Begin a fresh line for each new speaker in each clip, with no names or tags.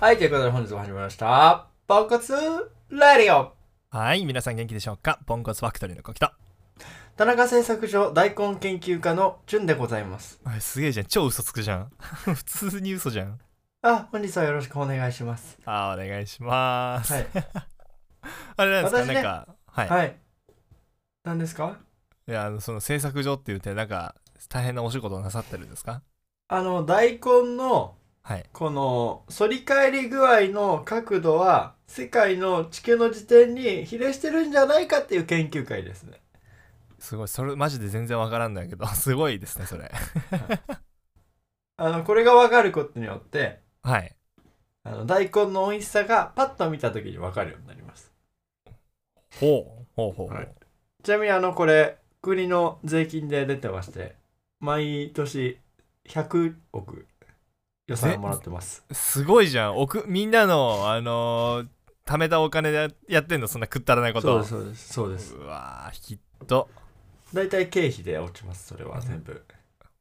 はい、ということで本日も始まりました。ポンコツラディオ
はい、皆さん元気でしょうかポンコツファクトリーのコキと。
田中製作所大根研究家のじゅんでございます。
あすげえじゃん。超嘘つくじゃ ん。普通に嘘じゃん。
あ、本日はよろしくお願いします。
あーお願いします。
はい。
あれなんですか、
私ね
なんか、はい。
はい。何ですか
いや、あの、その制作所って言って、なんか、大変なお仕事をなさってるんですか
あの、大根の
はい。
この反り返り具合の角度は世界の地球の時点に比例してるんじゃないかっていう研究会ですね。
すごい、それ、マジで全然わからんだけど、 すごいですね、それ。
あの、これがわかることによって、
はい。
あの、大根の美味しさがパッと見た時にわかるようになります。
ほう、ほうほうほう。
はいちなみにあのこれ国の税金で出てまして毎年100億予算もらってます
すごいじゃん。おく、みんなの、あのー貯めたお金でやってんの、そんなくったらないこと
そう
は
ですそうですそうです
うわー、きっと。
大体経費で落ちますそれは全部
も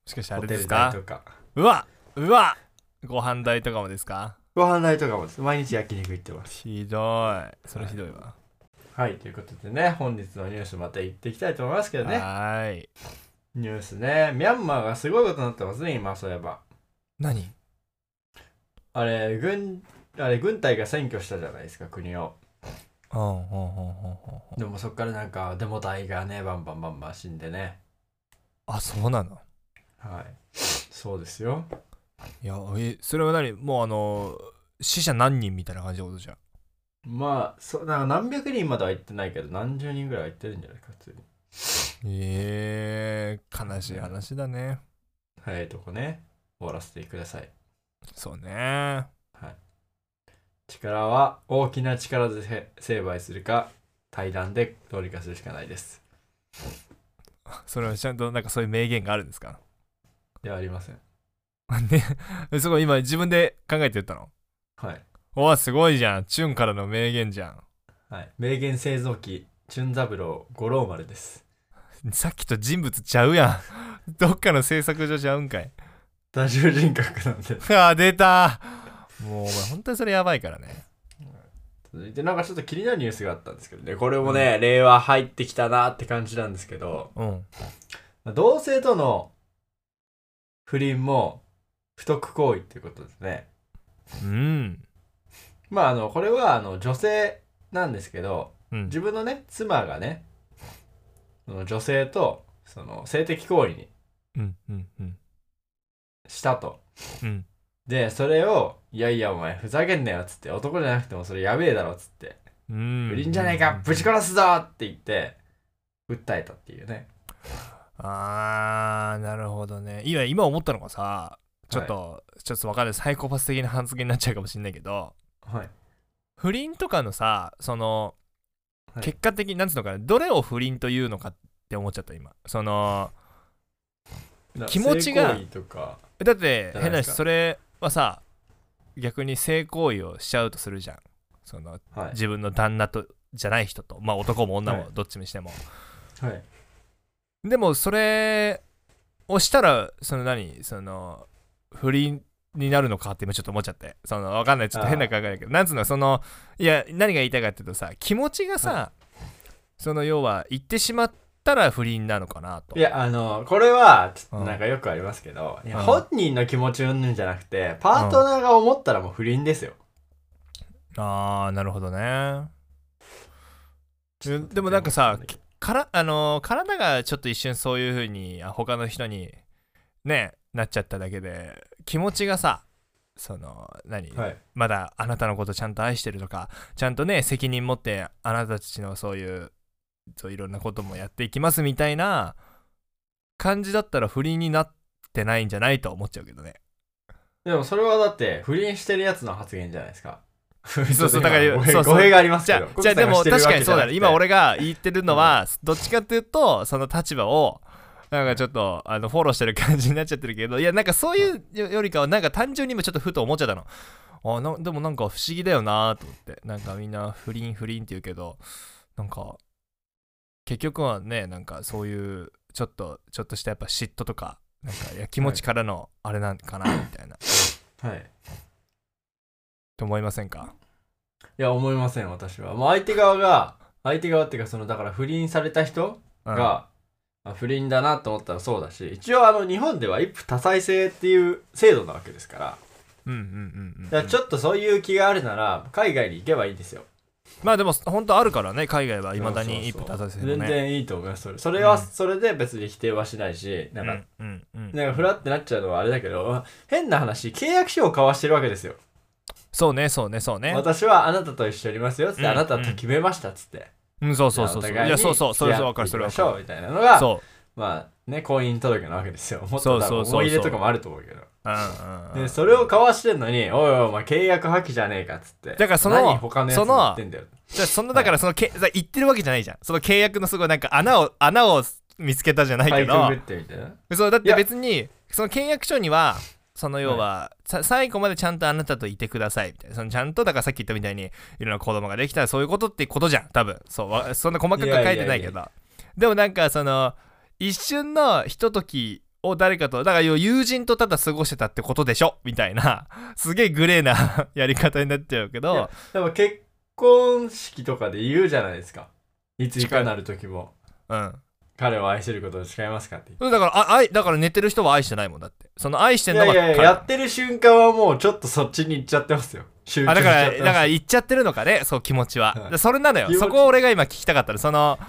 しかしてあ
ホ
れ
テ
です
ル代
か
とか
うわうわご飯代とかもですか
ご飯代とかもです毎日焼肉行ってます
ひどい。それひどいわ。
はいということでね本日のニュースまた行っていきたいと思いますけどね
はーい。
ニュースねミャンマーがすごいことになってますね今そういえば
何
あれ軍あれ軍隊が占拠したじゃないですか国を
うんうんうんうんうん。
でもそっからなんかデモ隊がねバンバンバンバン死んでね
あ、そうなの
はいそうですよ
いや、え、それは何もうあの、死者何人みたいな感じのことじゃん。
まあそうなんか何百人までは行ってないけど何十人ぐらいは行ってるんじゃないか普通に
えー、悲しい話だね。
早いとこね終わらせてください
そうね。
力は大きな力でせ成敗するか対談でどうにかするしかないです
それはちゃんとなんかそういう名言があるんですか
ではありません
ね、すごい今自分で考えて言ったの
はい、
おーすごいじゃん。チュンからの名言じゃん。
はい、名言製造機チュンザブロー五郎丸です
さっきと人物ちゃうやん。どっかの制作所ちゃうんかい。
多重人格なんで
あー出たもうお前本当にそれやばいからね
続いてなんかちょっと気になるニュースがあったんですけどねこれもね、令和入ってきたなって感じなんですけど
うん
同性との不倫も不徳行為っていうことですね
うん
まああのこれはあの女性なんですけど
うん
自分のね妻がねその女性とその性的行為に
うんうんうん
したと
うん
でそれを「いやいやお前ふざけんなよ」っつって「男じゃなくてもそれやべえだろ」っつって「
うん
不倫じゃねえかぶち殺すぞ!」って言って訴えたっていうね
あーなるほどねいや今思ったのがさちょっと、ちょっとわかるサイコパス的な発言になっちゃうかもしんないけど
はい
不倫とかのさその、
はい
結果的になんつうのかなどれを不倫というのかって思っちゃった今その気持ちが
性行為とか
だって
じゃない
変
で
な
す
し
か
それはさ逆に性行為をしちゃうとするじゃんその
はい
自分の旦那とじゃない人とまあ男も女
は
も
い
どっちにしても、
はい
でもそれをしたらその何その不倫になるのかって今ちょっと思っちゃってそのわかんないちょっと変な考えだけどなんつうのそのいや何が言いたいかっていうとさ気持ちがさ、その要は言ってしまったら不倫なのかなと
いや、あの、これは、ちょっとなんかよくありますけど、いや
うん
本人の気持ちうんぬんじゃなくて、パートナーが思ったらもう不倫ですよ。
あーなるほどねうんでもなんかさからあのー体がちょっと一瞬そういう風にあ他の人にねなっちゃっただけで気持ちがさその何、
はい。
まだあなたのことちゃんと愛してるとかちゃんとね責任持ってあなたたちのそういうそういろんなこともやっていきますみたいな感じだったら不倫になってないんじゃないとは思っちゃうけどね
でもそれはだって、不倫してるやつの発言じゃないですか。そう
そうだから
語
そう
弊
そう
語弊があります
じ
け
ゃ
ど。
あじゃあでも
コツさんがしてるわ
確か
け
に
じゃ
そう
な
だ
く
ね
て
今。俺が言ってるのは、どっちかっていうとその立場をなんかちょっとあのフォローしてる感じになっちゃってるけどいやなんかそういうよよりかはなんか単純に今ちょっとふと思っちゃったのあなでもなんか不思議だよなと思ってなんかみんな不倫不倫って言うけどなんか結局はねなんかそういうちょっとちょっとしたやっぱ嫉妬とかなんかいや気持ちからのあれなんかなみたいな、
はい。
って思いませんか
いや思いません私はもう相手側が相手側っていうかそのだから不倫された人
うん
が、あ不倫だなと思ったらそうだし一応あの日本では一夫多妻制っていう制度なわけですから
うんうんうんうんう
だ
ん
からちょっとそういう気があるなら海外に行けばいいんですよ
まあでも本当あるからね海外はいまだに一
そう
夫
そ
多
うそう
妻制のね
全然いいと思いますそれそれは、
うん
それで別に否定はしないしなんか、
うんうんうん
なんかフラってなっちゃうのはあれだけど変な話契約書を交わしてるわけですよ
そうねそうねそうね
私はあなたと一緒にいますよっつって、
うん
あなたと決めましたっつって、
うんそうそうそうそう
じ
い
ゃあお互に
やそうそうそれは分かるそ
付
れ
き合
は
って
分
いきまし
か
ょうみたいなのが
るそう
まあね婚姻届なわけですよもっと
そう
多
そ
分
うそうそう
思い入れとかもあると思うけど
うんうんうん
でそれを交わしてんのに「おいおいお前契約破棄じゃねえか」っつって
だからその
何他のやつに言ってんだよ
じゃあそんなだからそのけさ言ってるわけじゃないじゃんその契約のすごいなんか穴を穴を見つけたじゃないけ
最
ど
強ぶってみたいな
そうだっ
い
て
や
別にその契約書にはその要は、さ最後までちゃんとあなたといてくださいみたいなそのちゃんとだからさっき言ったみたいにいろんな子供ができたらそういうことってことじゃん多分そうわそんな細かく書いてないけど
いやいやい
でもなんかその一瞬のひとときを誰かとだから要は友人とただ過ごしてたってことでしょみたいな すげえグレーな やり方になっちゃうけ
い
ど
やでも結婚式とかで言うじゃないですかいついかなる時も
うん
彼を愛することを誓いますかって言って
だからあ愛だから寝てる人は愛してないもんだってその愛して
い
んの
や
はい
やいややってる瞬間はもうちょっとそっちに行っちゃってますよ集中し
あだ
ち
か
ゃ
ら
って
だ
ま
か
す
ら言っちゃってるのかねそう気持ちは、
はい
でそれなのよ
気持ち
そこを俺が今聞きたかったのその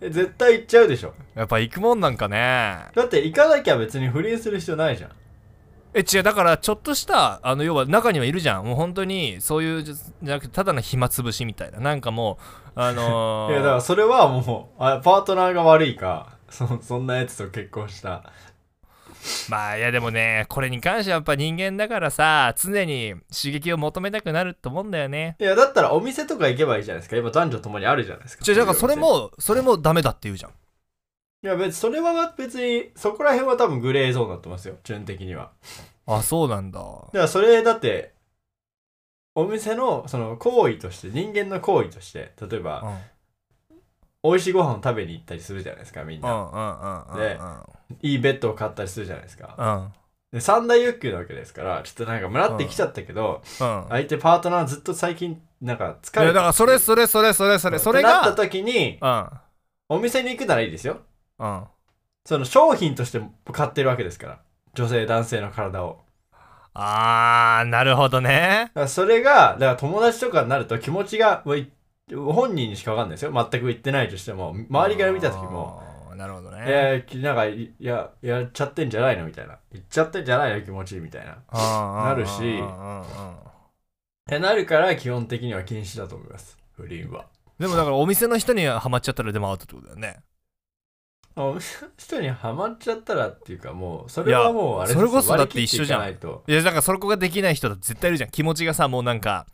え絶対行っちゃうでしょ
やっぱ行くもんなんかね
だって行かなきゃ別に不倫する必要ないじゃん
え違うだからちょっとしたあの要は中にはいるじゃんもう本当にそういうじゃじゃなくてただの暇つぶしみたいななんかもうあの
い
ー
やだからそれはもうあパートナーが悪いかそそんなやつと結婚した
まあいやでもねこれに関してはやっぱ人間だからさ常に刺激を求めたくなると思うんだよね
いやだったらお店とか行けばいいじゃないですか今男女ともにあるじゃないですか
違うだからそれ
い
もそれもダメだって言うじゃん
や別にそれは別にそこら辺は多分グレーゾーンになってますよ順的には
あそうなんだ
だからそれだってお店のその行為として人間の行為として例えば
うん
美味しいご飯を食べに行ったりするじゃないですかみん
う
なん
うんうんうんうん
でいいベッドを買ったりするじゃないですか
うん
で三大欲求なわけですからちょっとなんかもらってきちゃったけど
うん
相手パートナーずっと最近なんか疲
い
れ
や
て
だからそれそれそれそれそれそれ
ってなっ
が
た時に
う
お店に行くならいいですよ
んうん
その商品として買ってるわけですから女性男性の体を
あーなるほどね
だからそれがだから友達とかになると気持ちがもうい本人にしか分かんないですよ全く言ってないとしても周りから見た時も
あーなるほどね
「えー、なんかいいややっちゃってんじゃないの?」みたいな「言っちゃってんじゃないの気持ち」みたいな
な
るしえなるから基本的には禁止だと思います不倫は
でもだからお店の人にはまっちゃったらでもアウトってことだよね
あ 人にはまっちゃったらっていうかもうそれはもうあれですよ
いやそれこそだって
割り切いかないと
いやだからそこができない人だって絶対いるじゃん気持ちがさもうなんか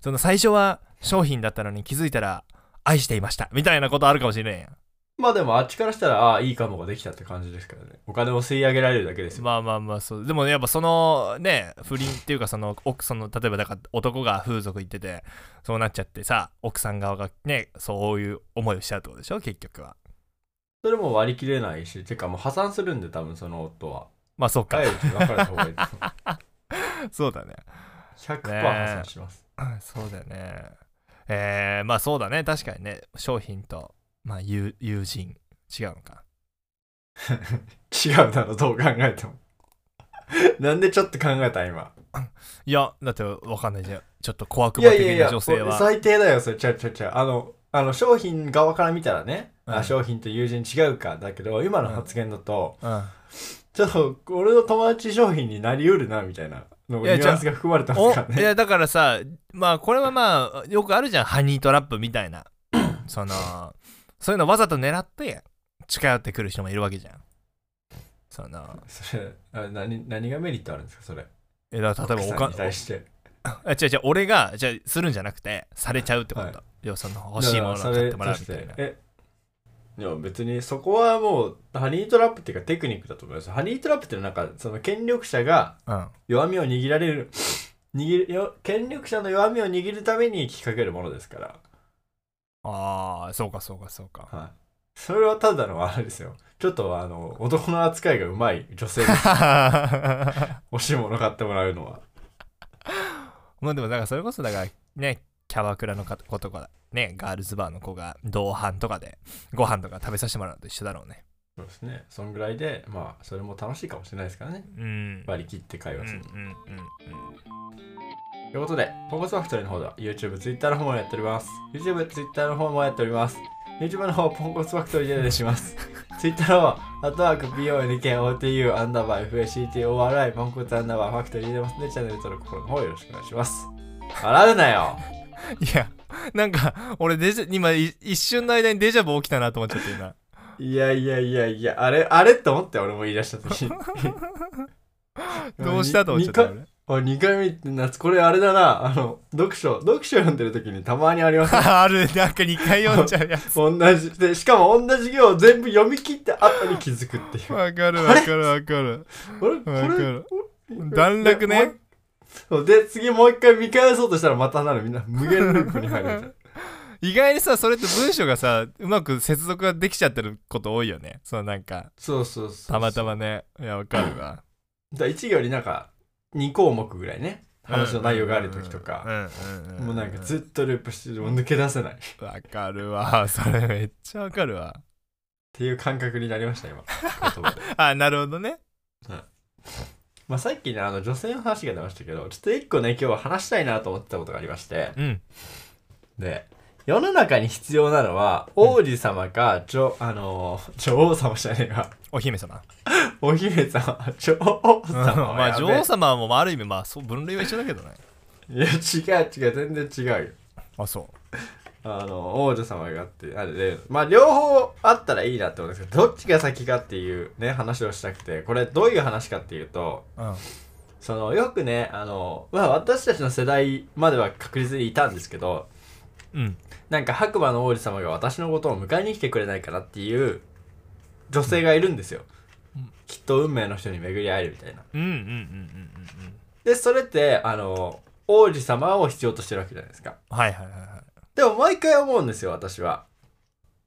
その最初は商品だったのに気づいたら愛していましたみたいなことあるかもしれんやん
まあでもあっちからしたらああいいかもができたって感じですからねお金を吸い上げられるだけですよ
まあまあまあそうでもねやっぱそのね不倫っていうかその奥その例えばだから男が風俗行っててそうなっちゃってさ奥さん側がねそういう思いをしちゃうってことでしょ結局は
それも割り切れないし、てかもう破産するんで、多分その夫は。
まあそう
帰
か、
るって別れた方がいいと思う。
そうだね
100%破産します。
そうだよね。えー、まあそうだね。確かにね。商品と、まあ友友人。違うのか。
違うだろ、どう考えても。 なんでちょっと考えた今。
いや、だってわかんないじゃん。ちょっと小悪
い
魔
や
的
いやい
な
や、
女性は。
最低だよ、それ。ちゃうちゃうちゃう。あの、あの商品側から見たらね、あ
うん
商品と友人違うか。だけど、今の発言だと、
うん
ちょっと俺の友達商品になりうるな、みたいなの
い
ニ
や
ュアンスが含まれたんですから
おい
ね。
やだからさまあこれはまあよくあるじゃんハニートラップみたい なそのそういうのわざと狙って近寄ってくる人もいるわけじゃんその
それあ何、何がメリットあるんですか、それ。
えだから例えばお
奥さんに
か
対して。
あ違う違う俺がじゃあするんじゃなくてされちゃうってこと、
はい
要はその欲しいものを買ってもらうみたいな
だからそれとしてえでも別にそこはもうハニートラップっていうかテクニックだと思いますハニートラップっていうのはなんかその権力者が
うん
弱みを握られる握るよ権力者の弱みを握るために引っ掛けるものですから、
ああそうかそうかそう か
はい、それはただのあれですよちょっとあの男の扱いがう まい女性に欲しいもの買ってもらうのは
まあでもなんかそれこそだからねキャバクラの子とかねガールズバーの子が同伴とかでご飯とか食べさせてもらうのと一緒だろうね
そうですねそんぐらいでまあそれも楽しいかもしれないですからね
うん
割り切って会
うん
話
う
する、
んうんうん
ということで、ポンコツファクトリーの方では YouTube、Twitter の方もやっております。YouTube、Twitter の方もやっております。YouTube の方、ポンコツファクトリーでお願いし ます。Twitter の方、アットワーク PONKOTU アンダーバー FACTORI ポンコツアンダーバーファクトリーでますので、チャンネル登録、フォローの方よろしくお願いします。笑うなよ
うんいやなんか俺デジャ今い一瞬の間にデジャブ起きたなと思っちゃって今
いやいやいやいや、あれ、あれと思って俺も言い出した時
どうしたと思っちゃった俺
あ、2回目って夏、これあれだな、あの、読書、読書読んでる時にたまにあります
あるなんか2回読 んじゃうやつ
同じでしかも同じ行を全部読み切った後に気づくって いう。あ
わかるわかるわかる
れこ
わか
れ
る段落
で
ね。
もう一で次もう一回見返そうとしたらまたなるみんな無限ループに入るみたいな
意外にさそれって文章がさうまく接続ができちゃってること多いよねそのなんか
そうそうそうそう
たまた
ま
まねいやわかるわ
だ1行になんか2項目ぐらいね 話の内容がある時とか、
うんう
もうなんかずっとループしてるもう抜け出せないっ
わかるわそれめっちゃわかるわ
ていう感覚になりました今言葉で
あなるほどね
まあさっきねあの女性の話が出ましたけどちょっと1個ね今日は話したいなと思ってたことがありまして
うん
で世の中に必要なのは王子様か女,、あのー女王様じゃねえか
お姫様
お姫様女王
うん
様は
まあ
やべえ
女王様もまあある意味まあそう分類は一緒だ けどね
いや違う違う全然違うよ
あそう
あの王女様があってあれでまあ両方あったらいいなって思うんですけどどっちが先かっていうね話をしたくてこれどういう話かっていうと
うん
そのよくねあの、まあ、私たちの世代までは確実にいたんですけど
うん
なんか白馬の王子様が私のことを迎えに来てくれないかなっていう女性がいるんですよ、
うん
きっと運命の人に巡り会えるみたいな
うんうんうんうんうんうん
でそれってあの王子様を必要としてるわけじゃないですか
はいはいはいはい
でも毎回思うんですよ私は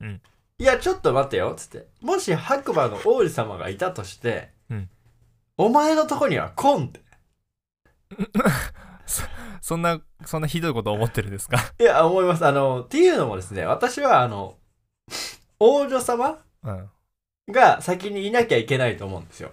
うん
いやちょっと待てよっつってもし白馬の王子様がいたとして、
うん
お前のとこには来んって
そんなそんなひどいこと思ってるんですか
いや思いますあのっていうのもですね私はあの王女様
うん
が先にいなきゃいけないと思うんですよ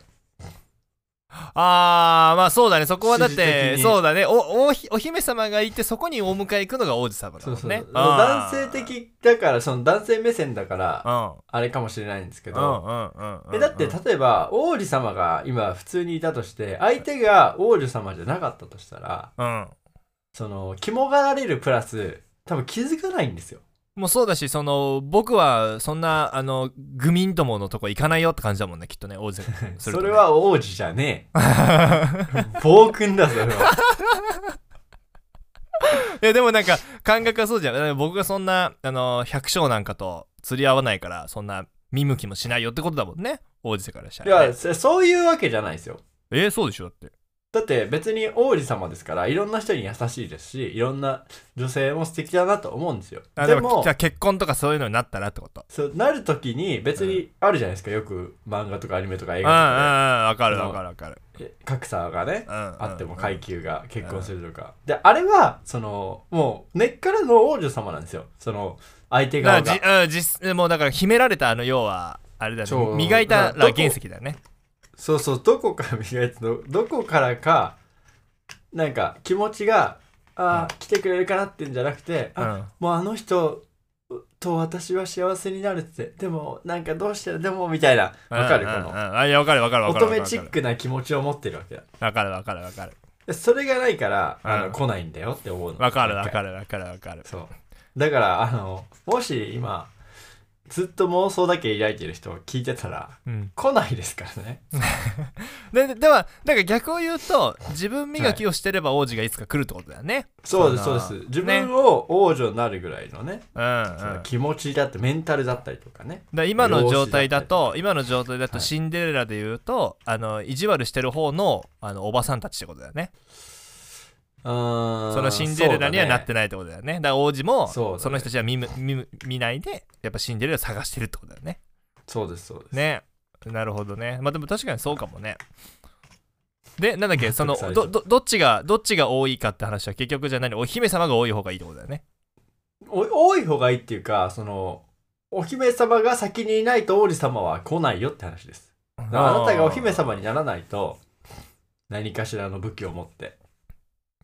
あーまあそうだねそこはだっ
指示
て
的に
そうだねおおひお姫様がいてそこにお迎え行くのが王子様だ
そう
も
そ
ん
う
ね
男
あー
性的だからその男性目線だから
うん
あれかもしれないんですけ
うん
ど、
うんうんうん
えだって例えば王子様が今普通にいたとして相手が王女様じゃなかったとしたら
うん
その肝がられるプラス多分気づかないんですよ
もうそうだしその僕はそんなあの愚民どものとこ行かないよって感じだもんねきっとね王子様
そ
するとね
れは王子じゃね え暴君だそれはい
やでもなんか感覚はそうじゃんだから僕がそんなあの百姓なんかと釣り合わないからそんな見向きもしないよってことだもんね王子からした
い
ら、
や
ね、
そそういうわけじゃないですよ
えーそうでしょだって
だって別に王子様ですからいろんな人に優しいですしいろんな女性も素敵だなと思うんですよ
あでもじゃあ結婚とかそういうのになったらってこと
そうなるときに別にあるじゃないですか、よく漫画とかアニメとか映
うんうんうん
画
わかるわかるわかる、
とかでえ格差がね
うんうんうん
あっても階級が結婚するとか、であれはそのもう根っからの王女様なんですよその相手側
だか
が
らじ、うん、実もうだから秘められたあの要はあれだ
そ
ね
う
磨いた
だから
ら
どこ
原石だよね
そうそうどこから磨いてどどこからかなんか気持ちがあー、来てくれるかなってんじゃなくて、
う
あ
ん
もうあの人と私は幸せになるってでもなんかどうしたらでもみたいなわかる
うん
こ
う
の
んうんあいやわかるわかるわか
乙
るわか
女
る
チックな気持ちを持ってるわけだ
わかるわかるわかる
でそれがないから、あ
う
の
ん
来ないんだよって思うの
わかるわか
る
るわかるわかる
そうだからあのもし今ずっと妄想だけ抱いてる人を聞いてたら
うん
来ないですからね
ででではだから逆を言うと自分磨きをしてれば王子がいつか来るってことだよね、
そうです
そ
そううで
だ
す自分を王女になるぐらいのね、そ
うん、う
の
ん
気持ちだってメンタルだったりとかね
だから今の状態だと今の状態だとシンデレラで言うと、あの意地悪してる方のあのおばさんたちってことだよね
そ
そのシンデレラにはなって
ない
ないってことだよねだから王子も
そうだね
その人たちは見む見む見ないでやっぱシンデレラを探してるってことだよね
そう,、ね、そうですそうです
ねなるほどねまあでも確かにそうかもねでなんだっけその
納得されちゃ
ど
う
どどっちがどっちが多いかって話は結局じゃあ何お姫様が多い方がいいってことだよね
お多い方がいいっていうかそのお姫様が先にいないと王子様は来ないよって話です
あ
だからあなたがお姫様にならないと何かしらの武器を持って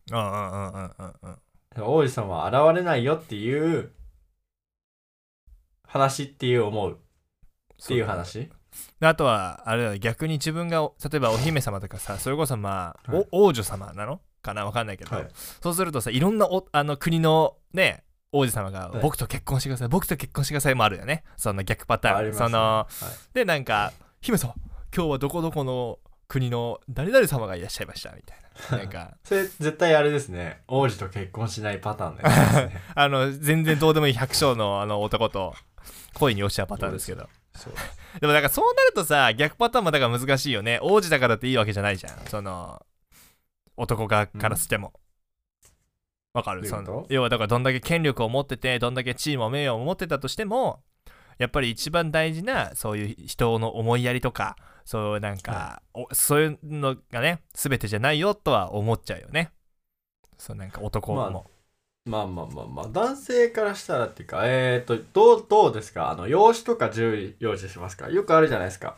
うんうんうんうんうんうん
王子様は現れないよっていう話っていう思うっていう話
であとはあれだよ逆に自分がお例えばお姫様とかさそれこそまあ、
はい
お王女様なのかなわかんないけど、
はい
そうするとさいろんなおあの国のね王子様が
はい
僕と結婚してください、僕と結婚してくださいもあるよねその逆パタ
あ
ー
り
ン
ます
そ
ね
の
はい
でなんか「姫様今日はどこどこの国の誰々様がいらっしゃいました」みたいななんか
それ絶対あれですね王子と結婚しないパターンのやつ ですね
あの全然どうでもいい百姓のあの男と恋に落ちちゃうパターンですけど
そう
でもなんかそうなるとさ逆パターンもだから難しいよね王子だからっていいわけじゃないじゃんその男側からしてもわ、かる
どうい
そう
こと
の要はだからどんだけ権力を持っててどんだけ地位も名誉を持ってたとしてもやっぱり一番大事なそういう人の思いやりとかそういうなんか、おそういうのがね全てじゃないよとは思っちゃうよねそうなんか男も、
ままあまあまあまあ男性からしたらっていうかえっ、ー、とどうどうですかあの容姿とか重要視しますかよくあるじゃないですか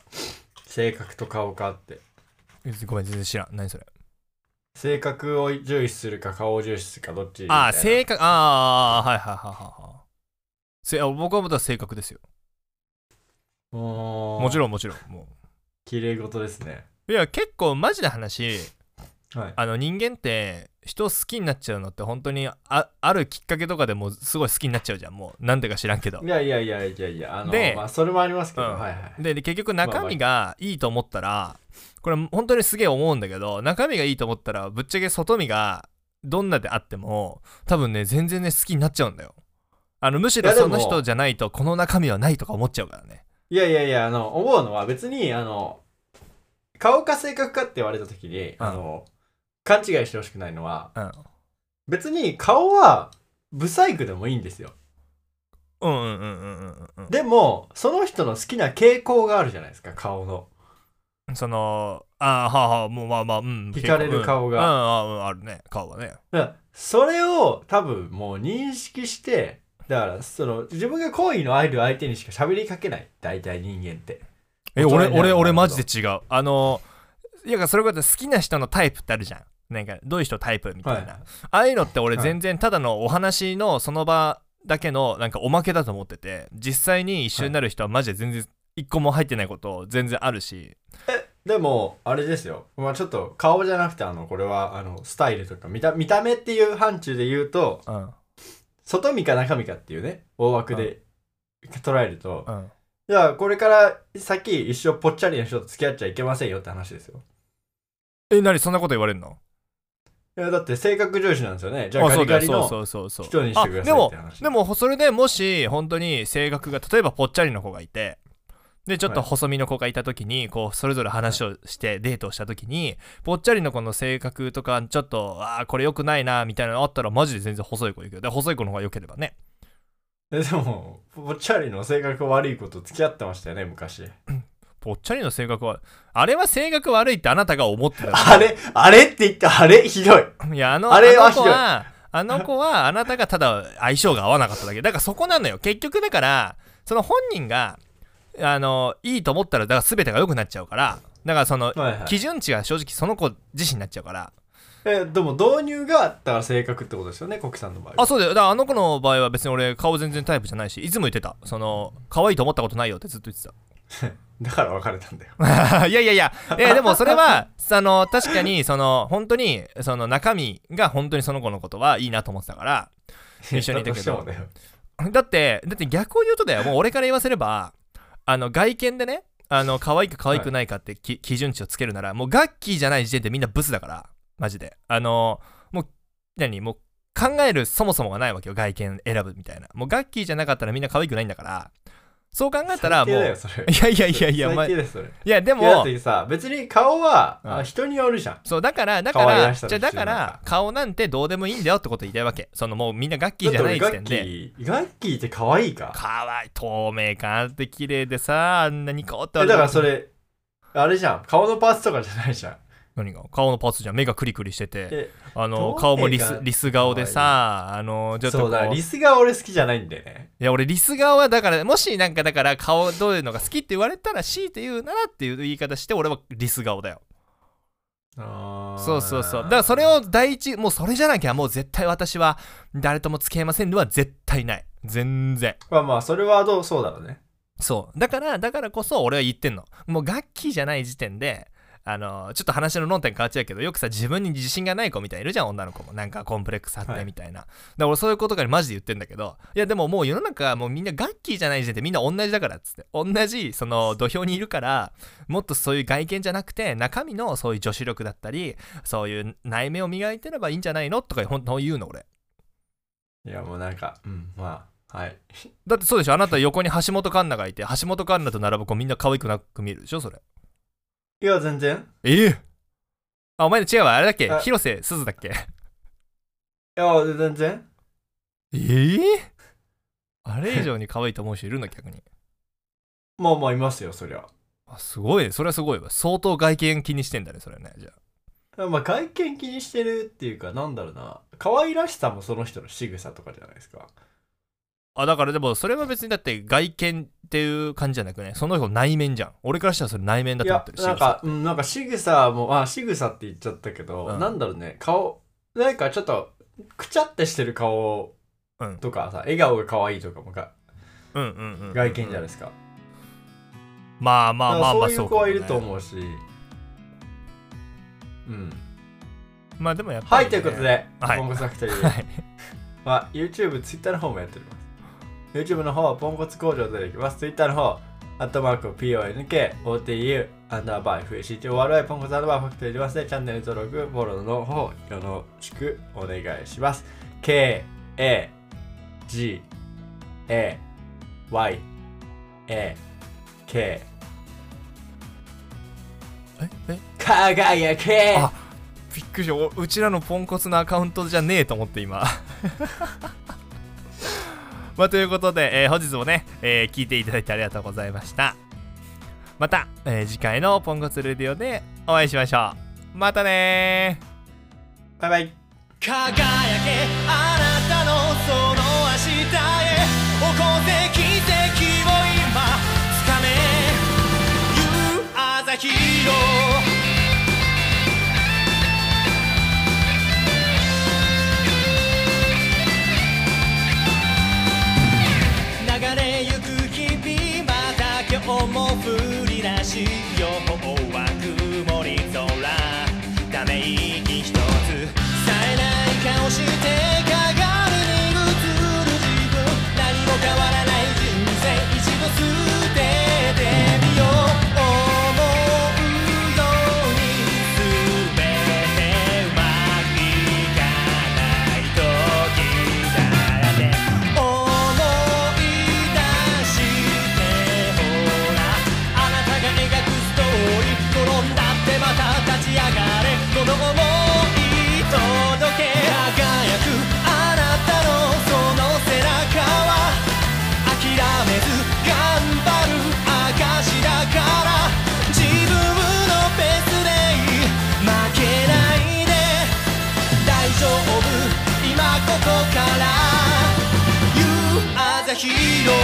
性格と顔かって
ごめん全然知らん何それ
性格を重視するか顔を重視するかどっちみたいな
ああ性格ああはいはいはいはいはいせ僕はまた性格ですよ
も
もち
ん
ろんもちろんも
綺麗事ですね
ういや結構マジな話
はい
あの人間って人を好きになっちゃうのって本当にああるきっかけとかでもうすごい好きになっちゃうじゃんもうなんでか知らんけど
いやいやいやいやいやあの
で
まあそれもありますけど、
うん
はいはい
でで結局中身がいいと思ったらこれ本当にすげえ思うんだけど中身がいいと思ったらぶっちゃけ外身がどんなであっても多分ね全然ね好きになっちゃうんだよあのむしろ
いやで
そ
も
の人じゃないとこの中身はないとか思っちゃうからね
いやいやいやあの思うのは別にあの顔か性格かって言われた時に、あの勘違いしてほしくないのは
うん
別に顔はブサイクでもいいんですよ
うんうんうんうんうんうん
でもその人の好きな傾向があるじゃないですか顔の
そのああはあはあもうまあまあうん
惹かれる顔が
うんうんうんあるね顔はね
だからそれを多分もう認識してだからその自分が好意のある相手にしか喋りかけない大体人間って
え
大人にな
俺
る
俺
な
俺
るほど
マジで違うあのいやそれこそ好きな人のタイプってあるじゃんなんかどういう人タイプみたいな、
は
ああいうのって俺全然ただのお話のその場だけのなんかおまけだと思ってて実際に一緒になる人はマジで全然一個も入ってないこと全然あるし
でもあれですよ、まあ、ちょっと顔じゃなくてあのこれはあのスタイルとか見た見た目っていう範疇で言うと
うん
外見か中身かっていうね大枠で捉えると
うん
じゃあこれから先一生ぽっちゃりの人と付き合っちゃいけませんよって話ですよ
え何そんなこと言われるの
いやだって性格重視なんですよねじゃあガ
そ
リ
うだ
ガ
よ
リ
そう
の
そうそうそう
人にしてくださ
あで
いっ
も
て話
でもそれでもし本当に性格が例えばぽっちゃりの子がいてでちょっと
はい
細身の子がいた時にこうそれぞれ話をしてデートをした時にぽっちゃりの子の性格とかちょっとあーこれ良くないなみたいなのあったらマジで全然細い子いくよで細い子の方が良ければね
えでもぽっちゃりの性格悪い子と付き合ってましたよね昔
ぽっちゃりの性格はあれは性格悪い ってあなたが思ってた
あれあれって言ったあれひどい
いや、あの、
あ
あ
れは
の子は、あの 子は、あなたがただ相性が合わなかっただけ。だからそこなのよ。結局だから、その本人が、あの、いいと思ったら、だから全てが良くなっちゃうから、だからその、
はいはい
基準値が正直その子自身になっちゃうから。
えでも導入がだから性格ってことですよねコキさんの場合は
あ、そうだよ。だからあの子の場合は別に俺、顔全然タイプじゃないし、いつも言ってた。その、可愛いと思ったことないよってずっと言ってた。
だから別れたんだよ
いやいやいや、いやでもそ れは、あの、確かに、その、本当に、その中身が本当にその子のことはいいなと思ってたから、一緒にいた
だと
けど
してもだよ
だってだって逆を言うとだよもう俺から言わせればあの外見でねあの可愛いか可愛くないかってき、基準値をつけるならもうガッキーじゃない時点でみんなブスだからマジであのもう何もう考えるそもそもがないわけよ外見選ぶみたいなもうガッキーじゃなかったらみんな可愛くないんだからそう考えたらもう
最低だよ
いや
それ
いやいやいや、まあ
最
い
低ですそれ
やで
いやだっ
も
てさ別に顔は、
うん
あ人によるじゃん
そうだからだか
可愛
ら
らし
じ
さ
ゃ
の
あだか
必要なん
ら
だ
顔なんてどうでもいいんだよってこと言いたいわけそのもうみんなガッキーじゃない
だ
時
って俺ガ
点で
ッキーガッキーって可愛いか
かわいい透明感あって綺麗でさあんなにこうって
えだからそ
れ
れあれじゃん顔のパーツとかじゃないじゃん
何が顔のパーツじゃん目がクリクリしてて
でど
あの
う
顔もリ
目
ス
が
リス顔でさあのちょっとこ
そうだ
う
リ
い
スが俺好きじゃないんだよね
や俺リス顔はだからもしなんかだから顔どういうのが好きって言われたら強いて言うならっていう言い方して俺はリス顔だよ
あー
そうそうそうだからそれを第一もうそれじゃなきゃもう絶対私は誰とも付き合いませんのは絶対ない全然
まあまあそれはどうそうだろうね
そう。だから、だからこそ俺は言ってんの。もうガッキーじゃない時点で、あの、ちょっと話の論点変わっちゃうけど、よくさ、自分に自信がない子みたいいるじゃん、女の子も。なんかコンプレックスあってみたいな。だから俺そういうことからマジで言ってんだけど、いやでももう世の中はもうみんなガッキーじゃない時点でみんな同じだからっつって。同じ、その土俵にいるから、もっとそういう外見じゃなくて、中身のそういう女子力だったり、そういう内面を磨いてればいいんじゃないのとか本当言うの俺。
いやもうなんかうんまあはい
だってそうでしょあなた横に橋本環奈がいて、橋本環奈と並ぶ子みんな可愛くなく見えるでしょそれ。
いや全然
ええあ、お前の違うわ、あれだっけ
あ
広瀬すずだっけ
いや全然
ええあれ以上に可愛いと思う人いるんだ、逆に。
まあまあいますよそりゃ
あ、すごいね。それはすごいわ。相当外見気にしてんだね、それね。じゃあ。
まあ外見気にしてるっていうかなんだろうな可愛らしさもその人の仕草とかじゃないですか
あ、だからでも、それは別にだって外見っていう感じじゃなくね、その人内面じゃん。俺からしたらそれ内面だ
い
と思っ
や
てるし。
なんかうんなんか仕草もあ仕草って言っちゃったけど、
うん
なんだろうね顔なんかちょっとくちゃってしてる顔
うん
とかさ、笑顔が可愛いとかもが
うんうんうん。
外見じゃないですか,、
まあまあまあま
そう
あ、
いう
か
子
も
は
ね
いると思うしうん
まあでもやっぱ
は
り、
い、ということ。で、
はい
ポンコツファクトリー
はい。
は YouTube、Twitter の方もやっております。YouTube の方はポンコツ工場でできます。Twitter の方、アットマーク PONKOTU アンダーバー FACTORI ポンコツアンダーバーファクトリーでますのでチャンネル登録、フォローの方よろしくお願いします。K A G A Y A K
ええ
輝け
あびっくりしたおうちらのポンコツのアカウントじゃねえと思って今 まあということで、えー本日もね、えー聞いていただいてありがとうございましたまた、えー次回のポンコツレディオでお会いしましょうまたねー
バイバイ
輝けあなたのその明日へ起こって奇跡を今つかめ You are the hero
「流れゆく日々また今日も降り出し」「予報は曇り空」「ため息ひとつ」「冴えない顔して鏡に映る自分」「何も変わらない人生一度捨ててみよう」「思うように全てうまくいかない時だって」「思い出してほら」「あなたが描くストーリー」「転んだってまた立ち上がれ」「この想い届け」「輝くあなたのその背中は」「諦めず頑張る証だから」「自分のペースでいい負けないで」「大丈夫今ここから」You are the hero